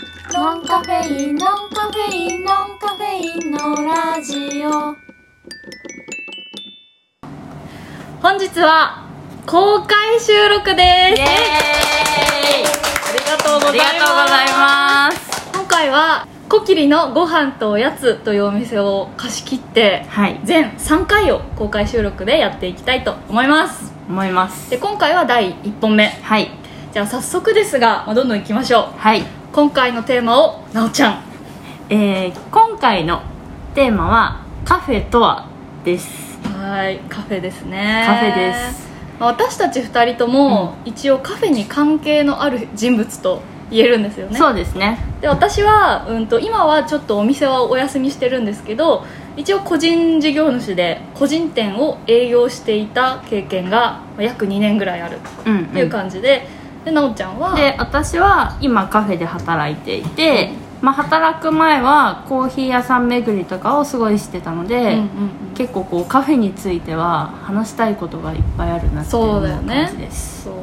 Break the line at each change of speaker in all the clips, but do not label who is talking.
ンカフェインノンカフェインノンカフェインのラジオ
本日は公開収録です
ありがとうご
ありがとうございますす今回はコキリのご飯とおやつというお店を貸し切って
はい
全3回を公開収録でやっていきたいと思います
思います
で今回は第1本目
はい
じゃあ早速ですが、まあ、どんどんいきましょう
はい
今回のテーマをなおちゃん
えー、今回のテーマはカフェとはです
はいカフェですね
カフェです
まあ私たち2人とも、一応カフェに関係のある人物と言えるんですよね
そうですね
で私は、うん、と今はちょっとお店はお休みしてるんですけど一応個人事業主で個人店を営業していた経験がまあ約2年ぐらいある
うん、う
っていう感じで、でなおちゃんは
で私は今カフェで働いていて、まあ、働く前はコーヒー屋さん巡りとかをすごいしてたの
うん
で、
うんうん
結構こうカフェについては話したいことがいっぱいあるなっていう
そうだよね
感じです
そう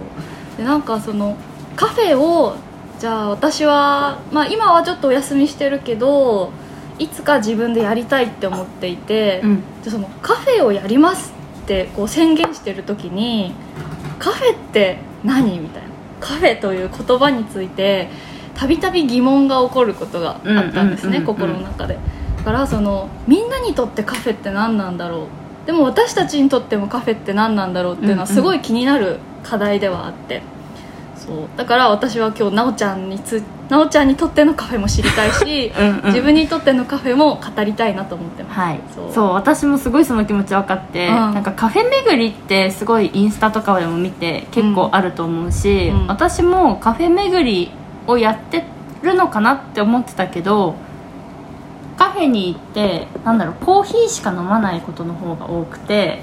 でなんかそのカフェをじゃあ私は、まあ、今はちょっとお休みしてるけどいつか自分でやりたいって思っていて、
うん
じゃあそのカフェをやりますってこう宣言してる時にカフェって何みたいなカフェという言葉についてたびたび疑問が起こることがあったんですね、
うんうんうんうん
心の中でだからそのみんなにとってカフェって何なんだろうでも私たちにとってもカフェって何なんだろうっていうのは
うんうん
すごい気になる課題ではあって、そうだから私は今日なおちゃんにつなおちゃんにとってのカフェも知りたいし
うんうん
自分にとってのカフェも語りたいなと思ってます
はい、
そ
そうう私もすごいその気持ち分かって、
うん
なんかカフェ巡りってすごいインスタとかでも見て結構あると思うし、
うんうん
私もカフェ巡りをやってるのかなって思ってたけどカフェに行ってなんだろうコーヒーしか飲まないことの方が多くて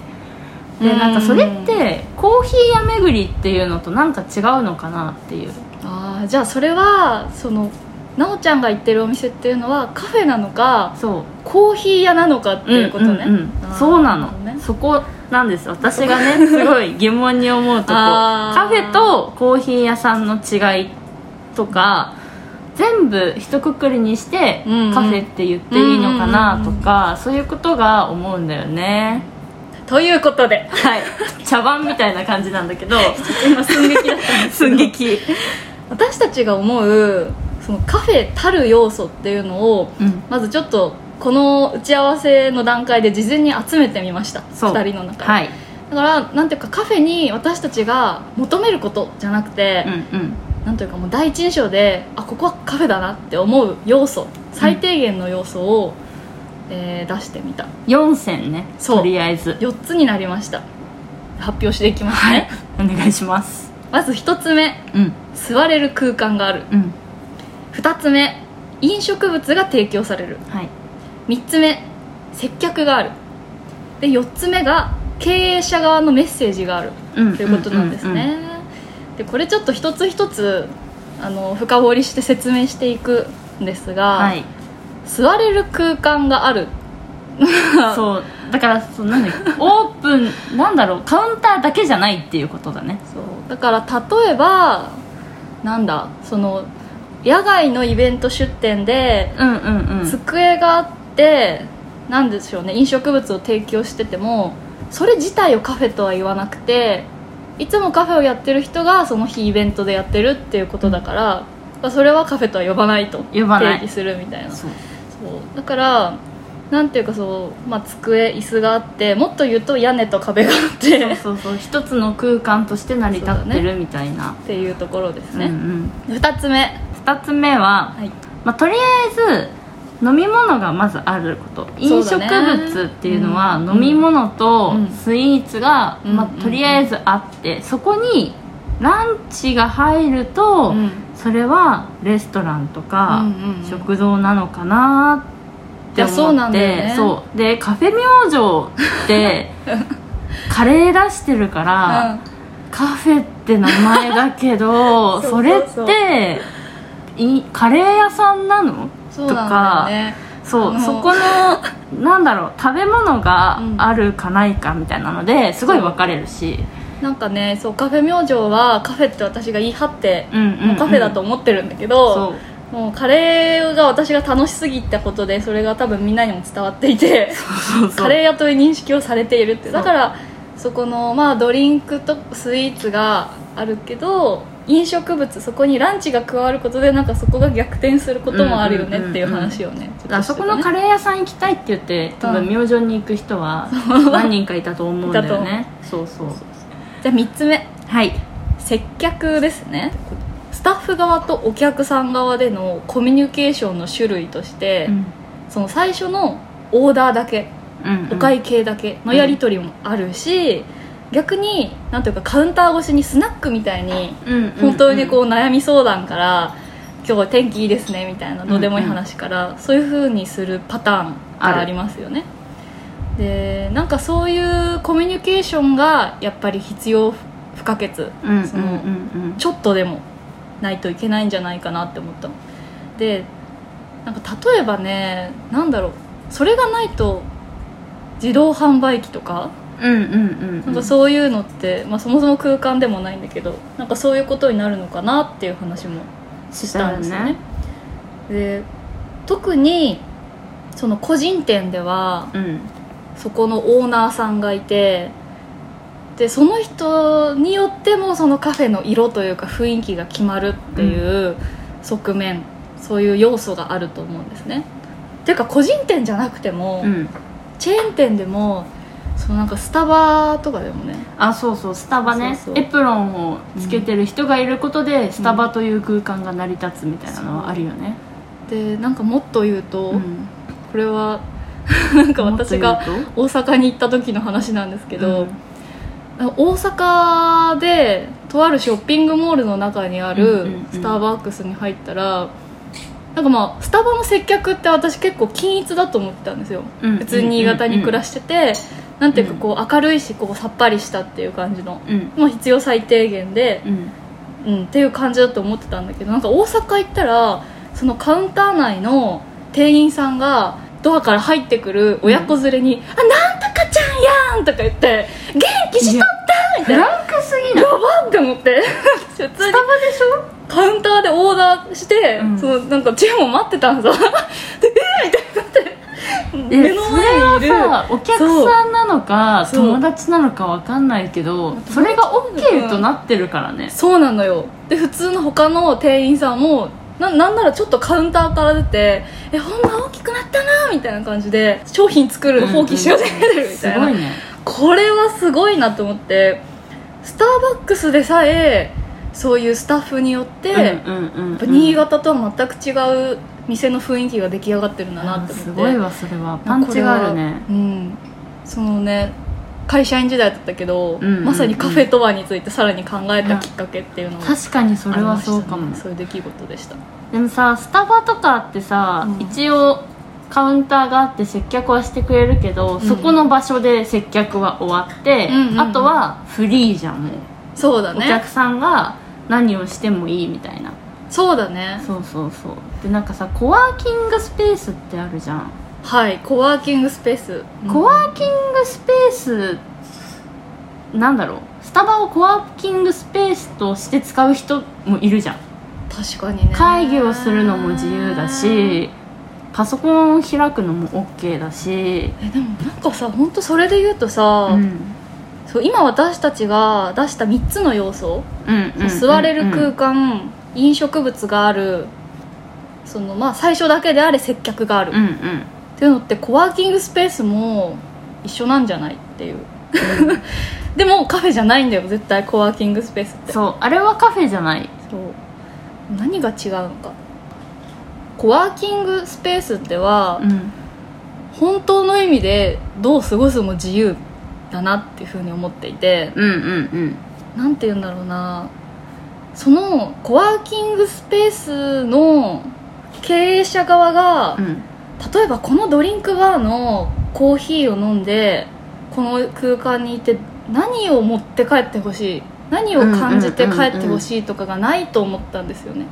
で
うん
なんかそれってコーヒー屋巡りっていうのとなんか違うのかなっていう
あーじゃあそれはそのなおちゃんが行ってるお店っていうのはカフェなのか
そう
コーヒー屋なのかっていうことね、
うんうんうんそうなの
あーるほどね
そこなんです私がねすごい疑問に思うとこ
あー
カフェとコーヒー屋さんの違いとか全部一括りにして
うんうん
カフェって言っていいのかなとかそういうことが思うんだよね
ということで
はい 茶番みたいな感じなんだけど
今寸劇だったんですけ
寸
ど
劇
私たちが思うそのカフェたる要素っていうのを
うん
まずちょっとこの打ち合わせの段階で事前に集めてみました
そう
2人の中で、
はい
だからなんていうかカフェに私たちが求めることじゃなくて、
うんうん
なんというかもう第一印象であここはカフェだなって思う要素最低限の要素を、えー出してみた
4選ね
そう
とりあえず
4つになりました発表していきますね、
お願いします
まず1つ目
うん
座れる空間がある
うん
2つ目飲食物が提供される
はい
3つ目接客があるで4つ目が経営者側のメッセージがある
うん
ということなんですね、でこれちょっと一つ一つあの深掘りして説明していくんですが、
はい
座れる空間がある
そうだからそうなんだっけオープンなんだろうカウンターだけじゃないっていうことだね
そうだから例えばなんだその野外のイベント出店で
うんうんうん
机があって、なんでしょうね飲食物を提供しててもそれ自体をカフェとは言わなくていつもカフェをやってる人がその日イベントでやってるっていうことだから、まあそれはカフェとは呼ばないと
呼ばない
定義するみたいな
そう
そうだからなんていうかそう、まあ、机椅子があってもっと言うと屋根と壁があって
そう
っ
そうそう一つの空間として成り立っ
そ
て
うだ
るみたいな
ていうところです
う,、んう
ね、
ん、
二2つ目
2つ目は、
はい
まあ、とりあえず飲み物がまずあること飲
そ
食
うだね
物っていうのは
うん
飲み物と
うん
スイーツが、
うん
ま
うん
あ、とりあえずあってそこにランチが入ると、
うん
それはレストランとか、
うんうんうん
食堂なのかなって思っ
い
て
やそうなんだよね
そうでカフェ明星って カレー出してるから、カフェって名前だけ
そ
ど
う
そ
そう
れ
そう
っていカレー屋さんなの
そうなんだよね
そ
あの
うそこのなんだろう食べ物があるかないかみたいなのですごい分かれるし、
なんかねそうカフェ明星はカフェって私が言い張って、
うんうんうん
もうカフェだと思ってるんだけど
そう
もうカレーが私が楽しすぎたことでそれが多分みんなにも伝わってい てカレー屋という認識をされているって
う
だからそこのまあドリンクとスイーツがあるけど飲食物そこにランチが加わることでなんかそこが逆転することもあるよねっていう話をねちょっとしてたね
あそこのカレー屋さん行きたいって言って多
うん
分明星に行く人は何人かいたと思うんだよねそうそう
じゃあ3つ目
はい
接客ですねスタッフ側とお客さん側でのコミュニケーションの種類として、
うん
その最初のオーダーだけ
うん
お会計だけのやり取りもあるし、逆になんていうかカウンター越しにスナックみたいに
うん
本当にこう悩み相談から、今日天気いいですねみたいなどうでもいい話から、そういう風にするパターンがありますよねでなんかそういうコミュニケーションがやっぱり必要不可欠
うんうんうん
その
うん
ちょっとでもないといけないんじゃないかなって思ったのでなんか例えばねなんだろうそれがないと自動販売機とか
うんうんう
なん
ん
かそういうのって、まあ、そもそも空間でもないんだけどなんかそういうことになるのかなっていう話もしたんですよね。で特にその個人店では
うん
そこのオーナーさんがいてでその人によってもそのカフェの色というか雰囲気が決まるっていう側面、そういう要素があると思うんですねていうか個人店じゃなくても、
うん
チェーン店でもそのなんかスタバとかでもね
あそうそうスタバね
そうそう
エプロンをつけてる人がいることで、スタバという空間が成り立つみたいなのはあるよね、
でなんかもっと言うと、
うん、
これは なんか私
も
が
っと言うと
大阪に行った時の話なんですけど、
うん
大阪でとあるショッピングモールの中にあ
うんうん
る
うん
スターバックスに入ったら、なんかまあスタバの接客って私結構均一だと思ってたんですよ、
うん
普通に新潟に暮らしてて、なんていうかこう明るいしこうさっぱりしたっていう感じの、
うん
もう必要最低限で、
うん
うん、っていう感じだと思ってたんだけどなんか大阪行ったらそのカウンター内の店員さんがドアから入ってくる親子連れに「あなんとかちゃんやん!」とか言って「元気しとった!」みたいな
ランクすぎ
やばって思って普通に
でしょ
カウンターでオーダーして、
うん
そのなんか注文待ってたん さでえーみたいになって目の前にいる
さお客さんなのか
そう
友達なのかわかんないけどそれが OK となってるからね
そうなのよで普通の他の店員さんもななんならちょっとカウンターから出て「えほんま大きくなったな」みたいな感じで商品作るの放棄しようとしてるみ
す
たいな、
ごいね
これはすごいなと思ってスターバックスでさえそういうスタッフによって、
うんうんうんうん
やっぱ新潟とは全く違う店の雰囲気が出来上がってるんだなって思って
すごいわそれはパンチがあるね
これはうんそのね会社員時代だったけど、
んうんうん
まさにカフェとはについてさらに考えたきっかけっていうのが
確かにそれ
あり
は
ましたね
そうかも
そういう出来事でした
でもさスタバとかってさ、
うん
一応カウンターがあって接客はしてくれるけど、
ん
そこの場所で接客は終わって、
うんうんうん
あとはフリーじゃんもう、
そうだ
お
ね
客さんが何をしてもいいみたいな
そうだね
そうそうそうでなんかさコワーキングスペースってあるじゃん、
はいコワーキングスペース、うん
コワーキングスペースなんだろうスタバをコワーキングスペースとして使う人もいるじゃん
確かにね
会議をするのも自由だしパソコンを開くのも OK だし、
えでもなんかさ本当それで言うとさ、
うん
そう今私たちが出した3つの要素
うんうん
座れる空間、飲食物があるそのまあ最初だけであれ接客がある、
うん
っ
うん
ていうのってコワーキングスペースも一緒なんじゃないっていう でもカフェじゃないんだよ絶対コワーキングスペースって
そうあれはカフェじゃない
そう何が違うのかコワーキングスペースでは、
うん
本当の意味でどう過ごすも自由だなっていうふうに思っていて、
うんうん
なんて言うんだろうなそのコワーキングスペースの経営者側が、
うんうん
例えばこのドリンクバーのコーヒーを飲んでこの空間にいて何を持って帰ってほしい何を感じて帰ってほしいとかがないと思ったんですよね、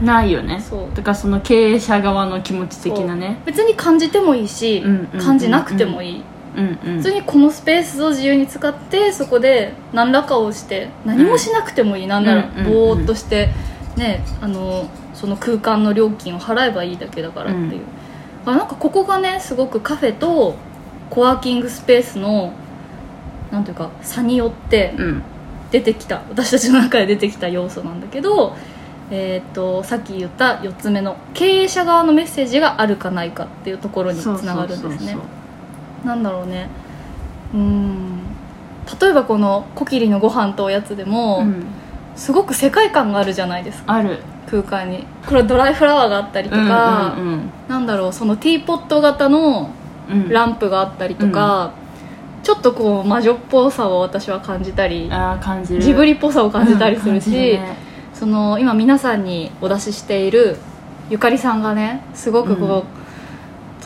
うんないよね
そう
だからその経営者側の気持ち的なね
別に感じてもいいし、
うんうんうんうん
感じなくてもいい、
うんうん
普通にこのスペースを自由に使ってそこで何らかをして何もしなくてもいい、なんなら
うん
ぼーっとして、ねあのその空間の料金を払えばいいだけだからっていう、
うん
だからなんかここがねすごくカフェとコワーキングスペースのなんていうか差によって
うん
出てきた私たちの中で出てきた要素なんだけど、えー、とさっき言った4つ目の経営者側のメッセージがあるかないかっていうところにつながるんですね。なんだろうねうーん例えばこの「コキリのご飯とおやつ」でも、
うん
すごく世界観があるじゃないですか
ある
空間にこれはドライフラワーがあったりとか、
うんうん
なんだろうそのティーポット型の
うんうん
ランプがあったりとか、ちょっとこう魔女っぽさを私は感じたり
あー感じる
ジブリっぽさを感じたりするし、
うん感じるね
その今皆さんにお出ししているゆかりさんがねすごくこう、
うん
と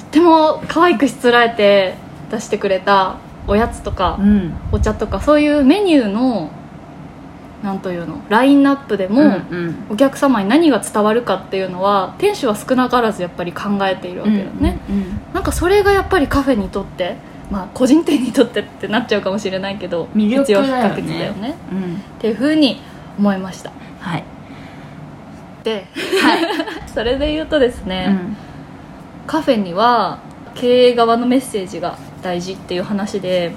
っても可愛くしつらえて出してくれたおやつとか、
うん
お茶とかそういうメニューのなんというのラインナップでも、
うんうん
お客様に何が伝わるかっていうのは店主は少なからずやっぱり考えているわけだよね、
うんうん
なんかそれがやっぱりカフェにとってまあ個人店にとってってなっちゃうかもしれないけど
魅力
必
だよ
要不
ね
可欠だよね
うんうん
っていうふうに思いました
はい
で、 それで言うとですね、
うん
カフェには経営側のメッセージが大事っていう話で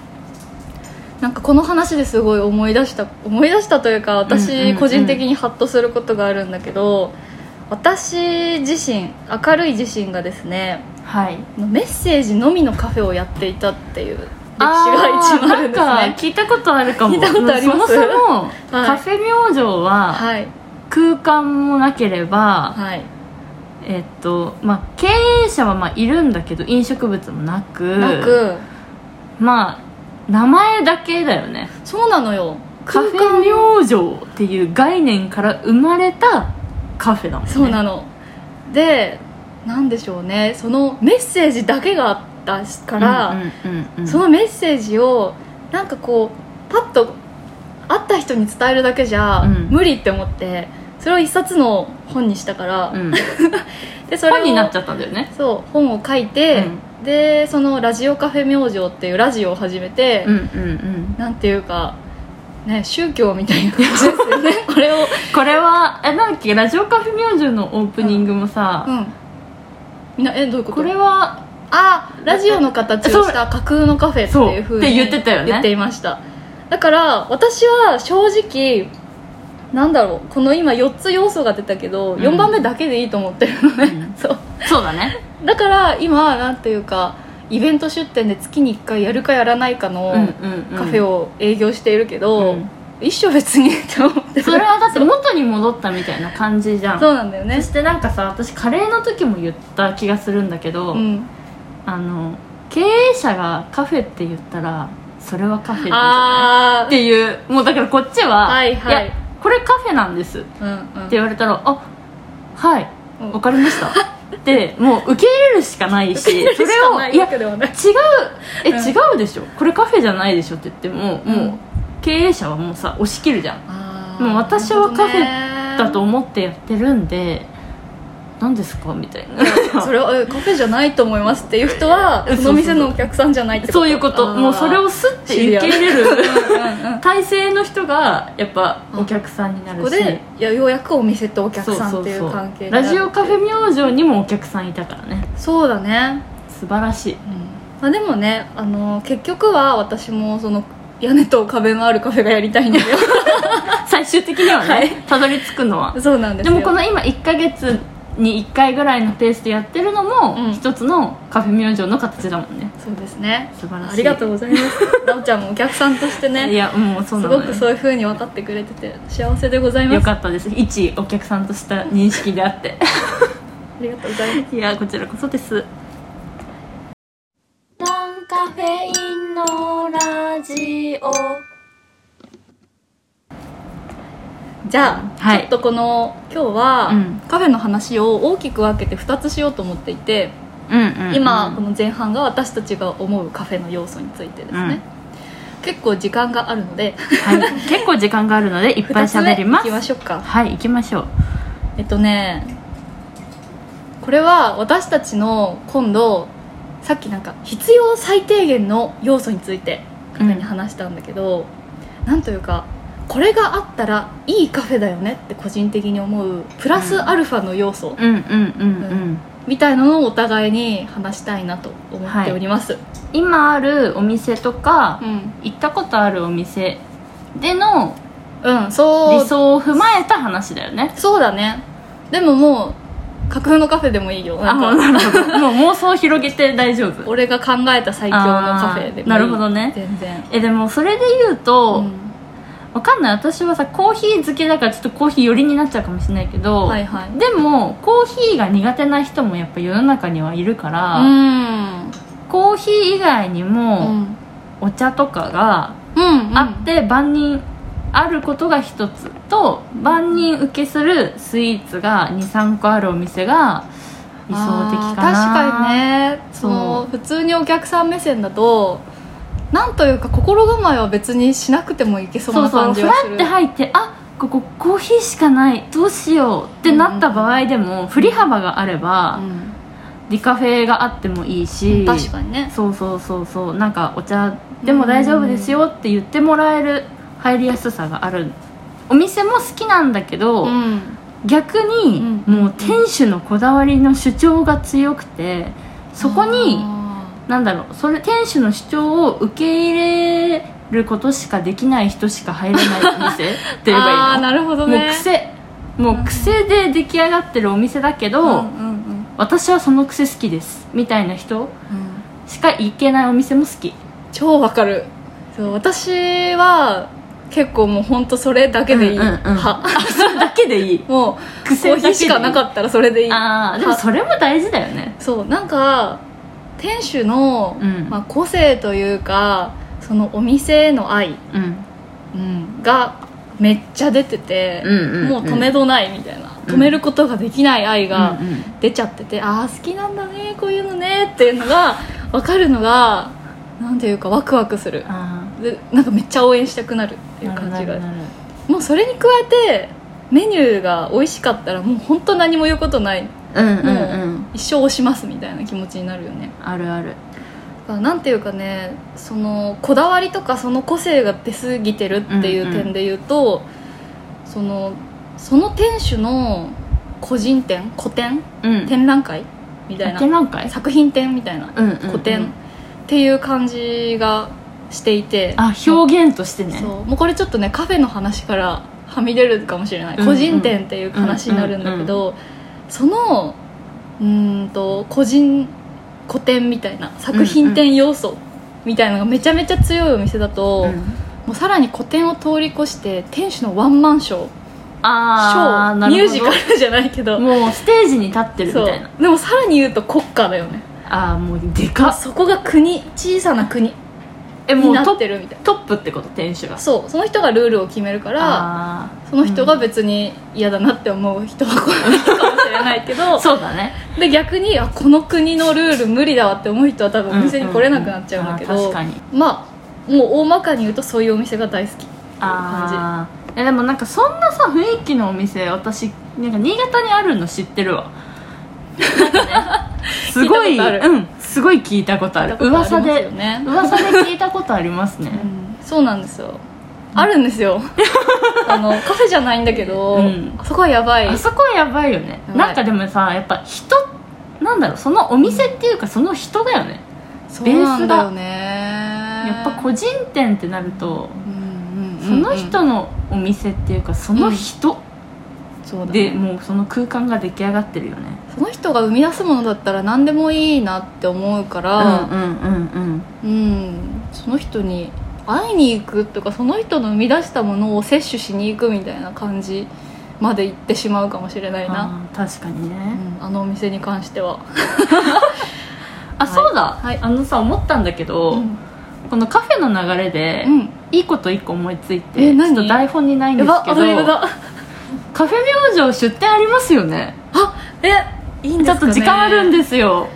なんかこの話ですごい思い出した思い出したというか
うんうんう
私
ん
個人的にハッとすることがあるんだけど、私自身明るい自身がですね
はい
メッセージのみのカフェをやっていたっていう歴史が一番あるんです
あーなん
ね
か聞いたことあるかも
聞いたことあります
そもそも、
はい
カフェ明星は
はい
空間もなければ、
はい
えっとまあ、経営者はまあいるんだけど飲食物もなく
なく
まあ名前だけだよね
そうなのよ
カフェ明星っていう概念から生まれたカフェだもんね
そうなの、でなんでしょうねそのメッセージだけがあったから、
うんうんうんうん
そのメッセージをなんかこうパッと会った人に伝えるだけじゃ
うん
無理って思って、それを一冊の本にしたから、
うん
でそれを
本になっちゃったんだよね
そう本を書いて、でその「ラジオカフェ明星」っていうラジオを始めて、
うんうんうん
なんていうか、ね、宗教みたいな感じですよ ねこれを、
これはえなんだっけラジオカフェ明星のオープニングもさ、
うん、みんなえどういうこと
これは
あラジオの形をした架空のカフェっていうふうに
そうって言ってたよね
言っていましただから私は正直なんだろうこの今4つ要素が出たけど、
うん
4番目だけでいいと思ってるのね、
うん
そう
そうだね
だから今なんていうかイベント出店で月に1回やるかやらないかのカフェ
を、
を営業しているけ
う
ど、
ん
一生別にって思ってる
それはだって元に戻ったみたいな感じじゃ ん
そうなんだよね
そしてなんかさ私カレーの時も言った気がするんだけど、
うん、
あの経営者がカフェって言ったらそれはカフェなんじゃない
あ
っ
ー
ていうもうだからこっちは「
はいはい
やこれカフェなんです」って
うんうん
言われたら「あはい
うん
わかりました」ってもう受け入れるしかないしそれを「い
い
や
やではない
違うえ、
うん
違うでしょこれカフェじゃないでしょって言っても、
うん
もう経営者はもうさ押し切るじゃん
あー
もう私はカフ
なる
ェだ
ほどね
と思ってやってるんで何ですかみたい な
それはえカフェじゃないと思いますっていう人は
うん
その店のお客さんじゃないってこと
そういうこともうそれをスッて受け入れる 体制の人がやっぱお客さんにな
こ
る
こ
し
でいやようやくお店とお
そ
客
う
さ
そ
んっ
う
てい
そう
関
う
係
ラジオカフェ
ェ
明星にもお客さんいたからね
そうだね、
素晴らしい
うんまあ、でもねあの結局は私もその屋根と壁のあるカフェがやりたいんだよ
最終的にはね、
はい
たどり着くのは
そうなんです
で
よ
もこの今1ヶ月に1回ぐらいのペースでやってるの
うん
も一つのカフェ明星の形だもんね
そうですね
素晴らしい
ありがとうございますなおちゃんもお客さんとしてね
いやもうそう
す
なの
ご
よ
くそういうふうに分かってくれてて幸せでございま
よ
すあ
かったです一お客さんとした認識であって
りがとうございます
いやこちらこそです
ノンカフェインのラジオ
じゃあ
はい
ちょっとこの今日は、
うん
カフェの話を大きく分けて2つしようと思っていて、
うんうんうん
今この前半が私たちが思うカフェの要素についてですね、結構時間があるので
はい、結構時間がある のでいっぱい
2つ目
喋りま
い
す
きましょうか
はい行きましょう
えっとねこれは私たちの今度さっきなんか必要最低限の要素についてカフェに話したんだけど、なんというかこれがあったらいいカフェだよねって個人的に思うプラスアルファの要素
うんうんうんうん、
みたいなのをお互いに話したいなと思っております、
今あるお店とか、
うん
行ったことあるお店での
うんそう
理想を踏まえた話だよね
そうだねでももう架空のカフェでもいいよなんか
るほどもう妄想を広げて大丈夫
俺が考えた最強のカフェでもいい
あーなるほどね
全然
えでもそれで言うと、わかんない私はさコーヒー好きだからちょっとコーヒー寄りになっちゃうかもしれないけど、
はいはい
でもコーヒーが苦手な人もやっぱ世の中にはいるから、
うん
コーヒー以外に
う
も
ん
お茶とかが
うん
あって万人あることが一つと万人受けするスイーツが23個あるお店が理想的かな
あー確かにねその普通にお客さん目線だとなんというか心構えは別にしなくてもいけそう
そう
な
そ
感
う
じ
ふ
が
ら
する
って入ってあここコーヒーしかないどうしようってなった場合でも、振り幅があれば、リカフェがあってもいいし
うん確かにね
そうそうそうそうなんかお茶でも大丈夫ですよって言ってもらえる入りやすさがあるお店も好きなんだけど、
うん
逆に
うん
もう店主のこだわりの主張が強くてそこに
あ
なんだろうそれ店主の主張を受け入れることしかできない人しか入れないお 店って
ー
言えば
あ
い
ー
いの
なるほどね
もう癖もう癖で出来上がってるお店だけど、
うんうんうん
私はその癖好きですみたいな人
うん
しか行けないお店も好き
超わかるそう私は結構もう本当それだけでいい、
うんうんうん
は
それだけでいい
もうコ
癖
ーヒ
だけで
ー
いい
しかなかったらそれでいい
ああでもそれも大事だよね
そうなんか店主の、
うん
まあ、個性というかそのお店への愛、
うん
がめっちゃ出てて、
うんうん
もう止めどないみたいな、
うん
止めることができない愛が
うんうん
出ちゃってて、ああ好きなんだねこういうのねっていうのが分かるのがなんていうかワクワクする
あ
でなんかめっちゃ応援したくなるって
あ
いう感じ
なる
が
なるなる
もうそれに加えてメニューが美味しかったらもう本当何も言うことない
うん
も
うんう
うん一生押しますみたいな気持ちになるよね
あるある
だからなんていうかねそのこだわりとかその個性が出過ぎてるっていう点で言うと、そのその店主の個人展個展
うん
展覧会みたい
展
な
覧会
作品展みたいな
うんうんうん
個展っていう感じがしていて、
あ表現としてね
そうもうこれちょっとねカフェの話からはみ出るかもしれない、
うんうん
個人店っていう話になるんだけど、そのうーんと個人個展みたいな作品展要素みたいなのがめちゃめちゃ強いお店だと、
うん
もうさらに個展を通り越して店主のワンマンショーシ
あ
ョ
あ
ー
なる
ミュー
ほど
ジカルじゃないけど
もうステージに立ってるみ
そう
たいな
でもさらに言うと国家だよね
ああもうでかっ
そこが国小さな国
えも
に
う
な
ト
って
ッ
るみたい
トップってこと店主が
なそうその人がルールを決めるから
あー
その人が別に嫌だなって思う人は来ないかもしれないけど
そうだね
で逆にあこの国のルール無理だわって思う人は多分お店に来れなくなっちゃうんだけど、
あー確かに
まあもう大まかに言うとそういうお店が大好き感
ああでもなんかそんなさ雰囲気のお店私なんか新潟にあるの知ってる わすご
聞い
い
たことある
うんすごい聞いたことある
じ
噂
ありますよ
で
ね、
噂で聞いたことありますね
うんそうなんですよあるんです よあのカフェじゃないんだけど、
うん
あそこはやばい
あそこはやばいよね
やばい
なんかでもさやっぱ人なんだろうそのお店っていうかその人だよね
そうなんだよねや
やっぱ個人店ってなると
うんうんうんうん
その人のお店っていうかその人
そうだね
でもうその空間が出来上がってるよね
その人が生み出すものだったら何でもいいなって思うか
うん
ら、
うんうんうん
うんその人に会いに行くとかその人の生み出したものを摂取しに行くみたいな感じまで行ってしまうかもしれないな
あー確かにね、
あ,、うん、あのお店に関しては、
あ
はい
そうだ、
はい
あのさ思ったんだけ
う
ど、
ん
このカフェの流れで、
うん、
いいこと一個思いついて
え
ちょ
何
っと台本にないんで
や
す
ば
け
アドリブ
ど
だ
カフェ明星出店ありますよね
えいいん
ち
で
ょ
すか、
っと
ね、
時間あるんですよ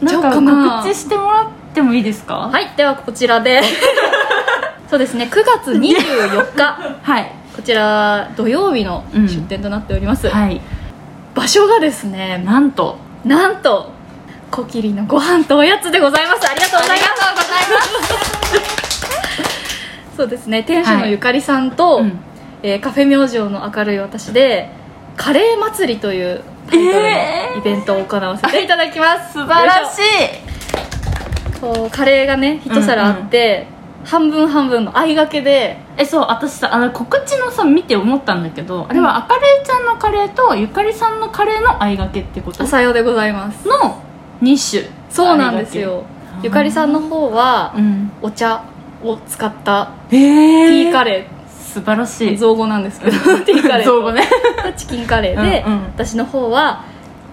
言っちゃおう
な
か
ん
な
か告知してもらってもいいですか
はいではこちらで そうですね9月24日
はい
こちら土曜日の出店となっております、
はい
場所がですね
なんと
なんとコキリのご飯とおやつでございますありがとうございますそうですね店主のゆかりさんと、
うん
えーカフェ明星の明るい私でカレー祭りというタイトルのイベントを行わせていただきます、
素晴らしい
こうカレーがね一皿あって、半分半分の相掛けで
えそう私さあの告知のさ見て思ったんだけどあれはあかれいちゃんのカレーとゆかりさんのカレーの相掛けってことの
さようでございます
2種
そうなんですよゆかりさんの方は
うん
お茶を使った
え
テ
ー
ィーカレ
素晴らし
ー
い
造語なんですけど ティーカレー
造語ね
とチキンカレーで、
うんうん
私の方は、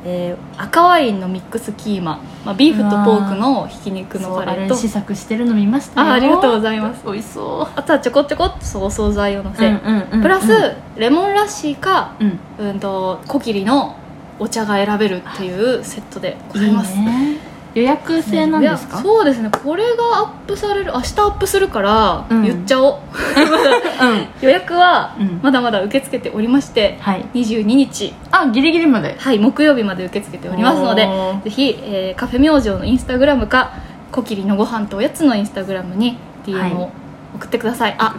えー赤ワインのミックスキーマ、まあ、ビーフとポークのひき肉の
そう
カレ
あ
ー
れ
と
試作してるの見ましたよ
あありがとうございます
美味しそ
あとはちょこちょこっとそうお惣菜をの
う
せ、
うんうんうん
プラス、
う
レモンラッシーか、
ん
うん、とコキリのお茶が選べるっていうセットでござ
い
い
い
ます
ね予約制なんです
いや
か
そうですねこれがアップされる明日アップするから、
うん
言っちゃおう
うん
予約は
うん
まだまだ受け付けておりまして
はい
22日、
あギリギリまで
はい、木曜日まで受け付けておりますので
おー
ぜひ、えーカフェ明星のインスタグラムかコキリのご飯とおやつのインスタグラムに
はい
DM を送ってください、あ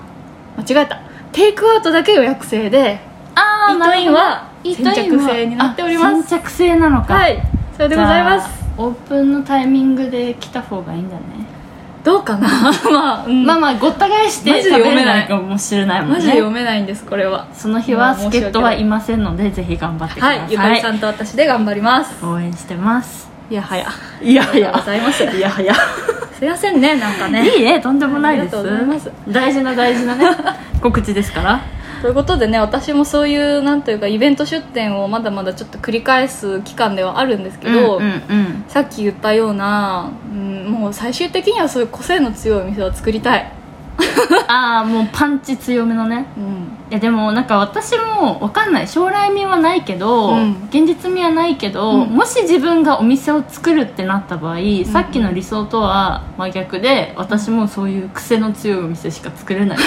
間違えたテイクアウトだけ予約制でイ
あ
ートインは
イ
先
ートイン
着
は
制になっております
あ先着制なのか
はいそれでございます
じゃあオープンのタイミングで来た方がいいんだね、
どうかな まあ、うん
まあまあごった返して
マジ
食
で
べ
読め
れ
な
ないいかもしれないもんね
マジで読めないんですこれは
その日は
まあ申し訳
助っ人はいませんのでぜひ頑張ってください、
はいゆかりさんと私で頑張ります
応援してます
いやはや
いや
ありがとうございます
いやいや
すいませんねなんかね
いいねとんでもないです
ありがとうござい
大事な大 事なね告知ですから
ということでね私もそういうなんというかイベント出店をまだまだちょっと繰り返す期間ではあるんですけど、
うんうんうん
さっき言ったような、うん、もう最終的にはそういう個性の強いお店を作りたい、
ああもうパンチ強めのね
うん、
いやでもなんか私もわかんない将来味はないけ
う
ど、
ん
現実味はないけど、
うん
もし自分がお店を作るってなった場合、さっきの理想とは真逆で私もそういう癖の強いお店しか作 れない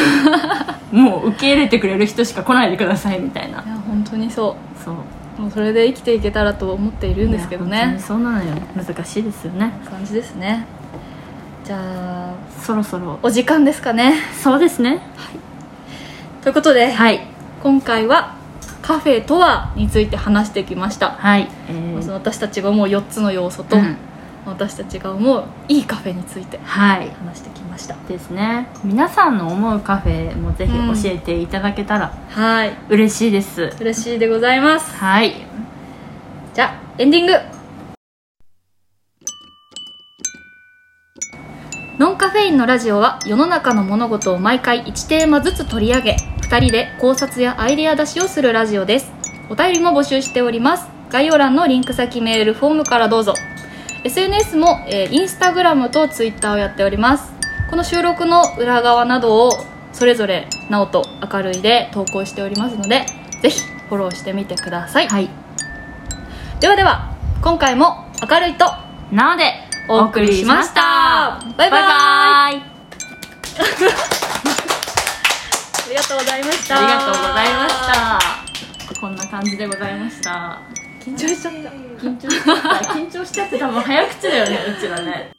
もう受け入れてくれる人しか来ないでくださいみたいない
や本当にそ
そう
うもうそれで生きていけたらと思っているんですけど
いや本当
ね
にそうなのよ難しいですよね
感じですねじゃあ
そろそろ
お時間ですかね
そうですね
ということで、
はい
今回はカフェとはについて話してきました、
はいえー
その私たちが思う4つの要素と、
うん
私たちが思ういいカフェについて
はい
話してきました
ですね皆さんの思うカフェもぜひ教えていただけたら
はい
嬉しいです、
嬉しいでございます
はい
じゃあエンディングノンカフェインのラジオは世の中の物事を毎回1テーマずつ取り上げ2人で考察やアイデア出しをするラジオですお便りも募集しております概要欄のリンク先メールフォームからどうぞ SNS も、えー、インスタグラムとツイッターをやっておりますこの収録の裏側などをそれぞれなおと明るいで投稿しておりますのでぜひフォローしてみてください
はい
ではでは今回も明るいと
なので
お送りしましたバイバイ
バイバイ
ありがとうございました
ありがとうございましたこんな感じでございました
緊張しちゃった
緊張しちゃった緊張しちゃって多分早口だよねうちらね